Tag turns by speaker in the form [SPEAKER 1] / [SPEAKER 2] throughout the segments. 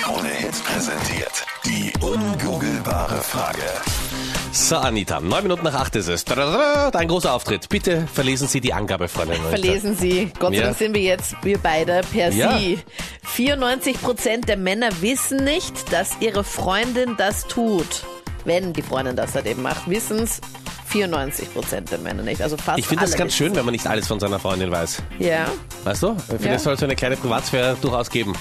[SPEAKER 1] Krone Hits präsentiert. Die ungoogelbare Frage.
[SPEAKER 2] So, Anita, neun Minuten nach acht ist es. Tadadada, Dein großer Auftritt. Bitte verlesen Sie die Angabe, Freundin. Anita.
[SPEAKER 3] Verlesen Sie. Gott sei
[SPEAKER 2] Ja.
[SPEAKER 3] Dank sind wir jetzt, wir beide, per
[SPEAKER 2] Ja.
[SPEAKER 3] Sie. 94 Prozent der Männer wissen nicht, dass ihre Freundin das tut. Wenn die Freundin das halt eben macht, wissen es 94 Prozent der Männer nicht. Also fast
[SPEAKER 2] Ich finde das
[SPEAKER 3] alle
[SPEAKER 2] ganz schön,
[SPEAKER 3] wissen's.
[SPEAKER 2] wenn man nicht alles von seiner Freundin weiß.
[SPEAKER 3] Ja,
[SPEAKER 2] Weißt du? Ich finde,
[SPEAKER 3] Ja.
[SPEAKER 2] es soll so eine kleine Privatsphäre durchaus geben.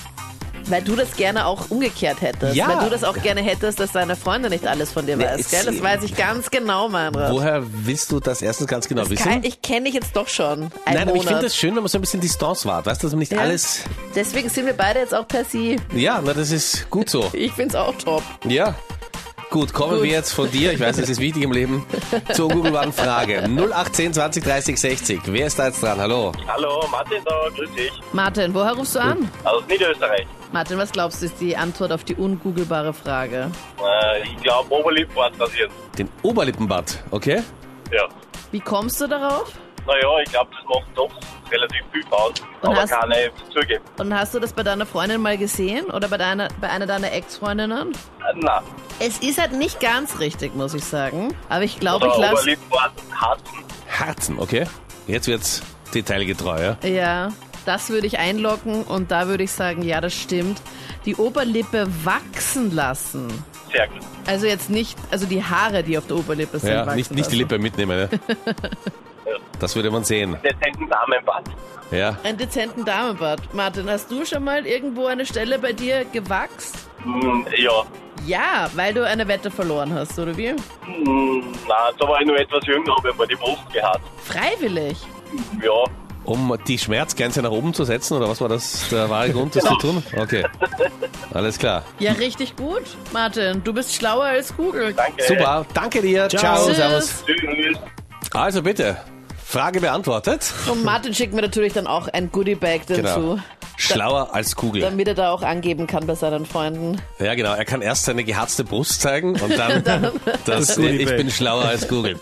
[SPEAKER 3] weil du das gerne auch umgekehrt hättest.
[SPEAKER 2] Ja.
[SPEAKER 3] Weil du das auch gerne hättest, dass deine Freundin nicht alles von dir
[SPEAKER 2] Nee,
[SPEAKER 3] weiß.
[SPEAKER 2] ist-
[SPEAKER 3] Gell? Das weiß ich ganz genau, Meinrad.
[SPEAKER 2] Woher willst du das erstens ganz genau wissen?
[SPEAKER 3] Kein- Ich kenne dich jetzt doch schon. Ein
[SPEAKER 2] Nein, aber ich
[SPEAKER 3] Monat.
[SPEAKER 2] finde es schön, wenn man so ein bisschen Distanz wahrt. Weißt du, dass man nicht
[SPEAKER 3] Ja.
[SPEAKER 2] alles...
[SPEAKER 3] Deswegen sind wir beide jetzt auch per Sie.
[SPEAKER 2] Ja, na, das ist gut so.
[SPEAKER 3] Ich find's auch top.
[SPEAKER 2] Ja. Gut, kommen
[SPEAKER 3] Gut.
[SPEAKER 2] wir jetzt von dir, ich weiß, es ist wichtig im Leben, zur ungoogelbaren Frage. 0810 20 30 60. Wer ist da jetzt dran? Hallo.
[SPEAKER 4] Hallo, Martin da, grüß dich. Also,
[SPEAKER 3] Martin, woher rufst du an?
[SPEAKER 4] Aus Niederösterreich.
[SPEAKER 3] Martin, was glaubst du, ist die Antwort auf die ungoogelbare Frage?
[SPEAKER 4] Äh, ich glaube, Oberlipp war es rasiert.
[SPEAKER 2] Den Oberlippenbart, okay?
[SPEAKER 4] Ja.
[SPEAKER 3] Wie kommst du darauf?
[SPEAKER 4] Naja, ich glaube, das macht doch relativ viel Frauen,
[SPEAKER 3] Und
[SPEAKER 4] aber
[SPEAKER 3] hast-
[SPEAKER 4] keine zugeben.
[SPEAKER 3] Und hast du das bei deiner Freundin mal gesehen oder bei, deiner, bei einer deiner Ex-Freundinnen?
[SPEAKER 4] Äh, nein.
[SPEAKER 3] Es ist halt nicht ganz richtig, muss ich sagen. Aber ich glaube,
[SPEAKER 4] Oder
[SPEAKER 3] ich lasse...
[SPEAKER 4] Oberlipp war Harzen.
[SPEAKER 2] Herzen, okay? Jetzt wird's detailgetreu, ja?
[SPEAKER 3] Ja, das würde ich einloggen und da würde ich sagen, ja, das stimmt. Die Oberlippe wachsen lassen.
[SPEAKER 4] Sehr gut.
[SPEAKER 3] Also jetzt nicht, also die Haare, die auf der Oberlippe sind,
[SPEAKER 2] Ja,
[SPEAKER 3] wachsen
[SPEAKER 2] nicht, nicht die
[SPEAKER 3] lassen.
[SPEAKER 2] Lippe mitnehmen, ne? Das würde man sehen,
[SPEAKER 4] Das sind ein Damenbad.
[SPEAKER 2] ja.
[SPEAKER 3] Einen dezenten Damenbart. Martin, hast du schon mal irgendwo eine Stelle bei dir gewachst?
[SPEAKER 4] Hm, ja.
[SPEAKER 3] Ja, weil du eine Wette verloren hast, oder wie?
[SPEAKER 4] Hm, nein, da war ich nur etwas jünger, habe ich mal die Brust gehabt.
[SPEAKER 3] Freiwillig.
[SPEAKER 4] Ja.
[SPEAKER 2] Um die Schmerzgrenze nach oben zu setzen, oder was war das der wahre Grund, das zu tun? Okay. Alles klar.
[SPEAKER 3] Ja, richtig gut, Martin. Du bist schlauer als Google.
[SPEAKER 4] Danke.
[SPEAKER 2] Super, danke dir. Ciao,
[SPEAKER 3] Tschüss.
[SPEAKER 2] servus.
[SPEAKER 4] Tschüss.
[SPEAKER 2] Also bitte, Frage beantwortet.
[SPEAKER 3] Und Martin schickt mir natürlich dann auch ein Goodie-Bag dazu,
[SPEAKER 2] Genau. Schlauer als Kugel.
[SPEAKER 3] damit er da auch angeben kann bei seinen Freunden.
[SPEAKER 2] Ja, genau. Er kann erst seine geharzte Brust zeigen und dann, das, ich bin schlauer als Google.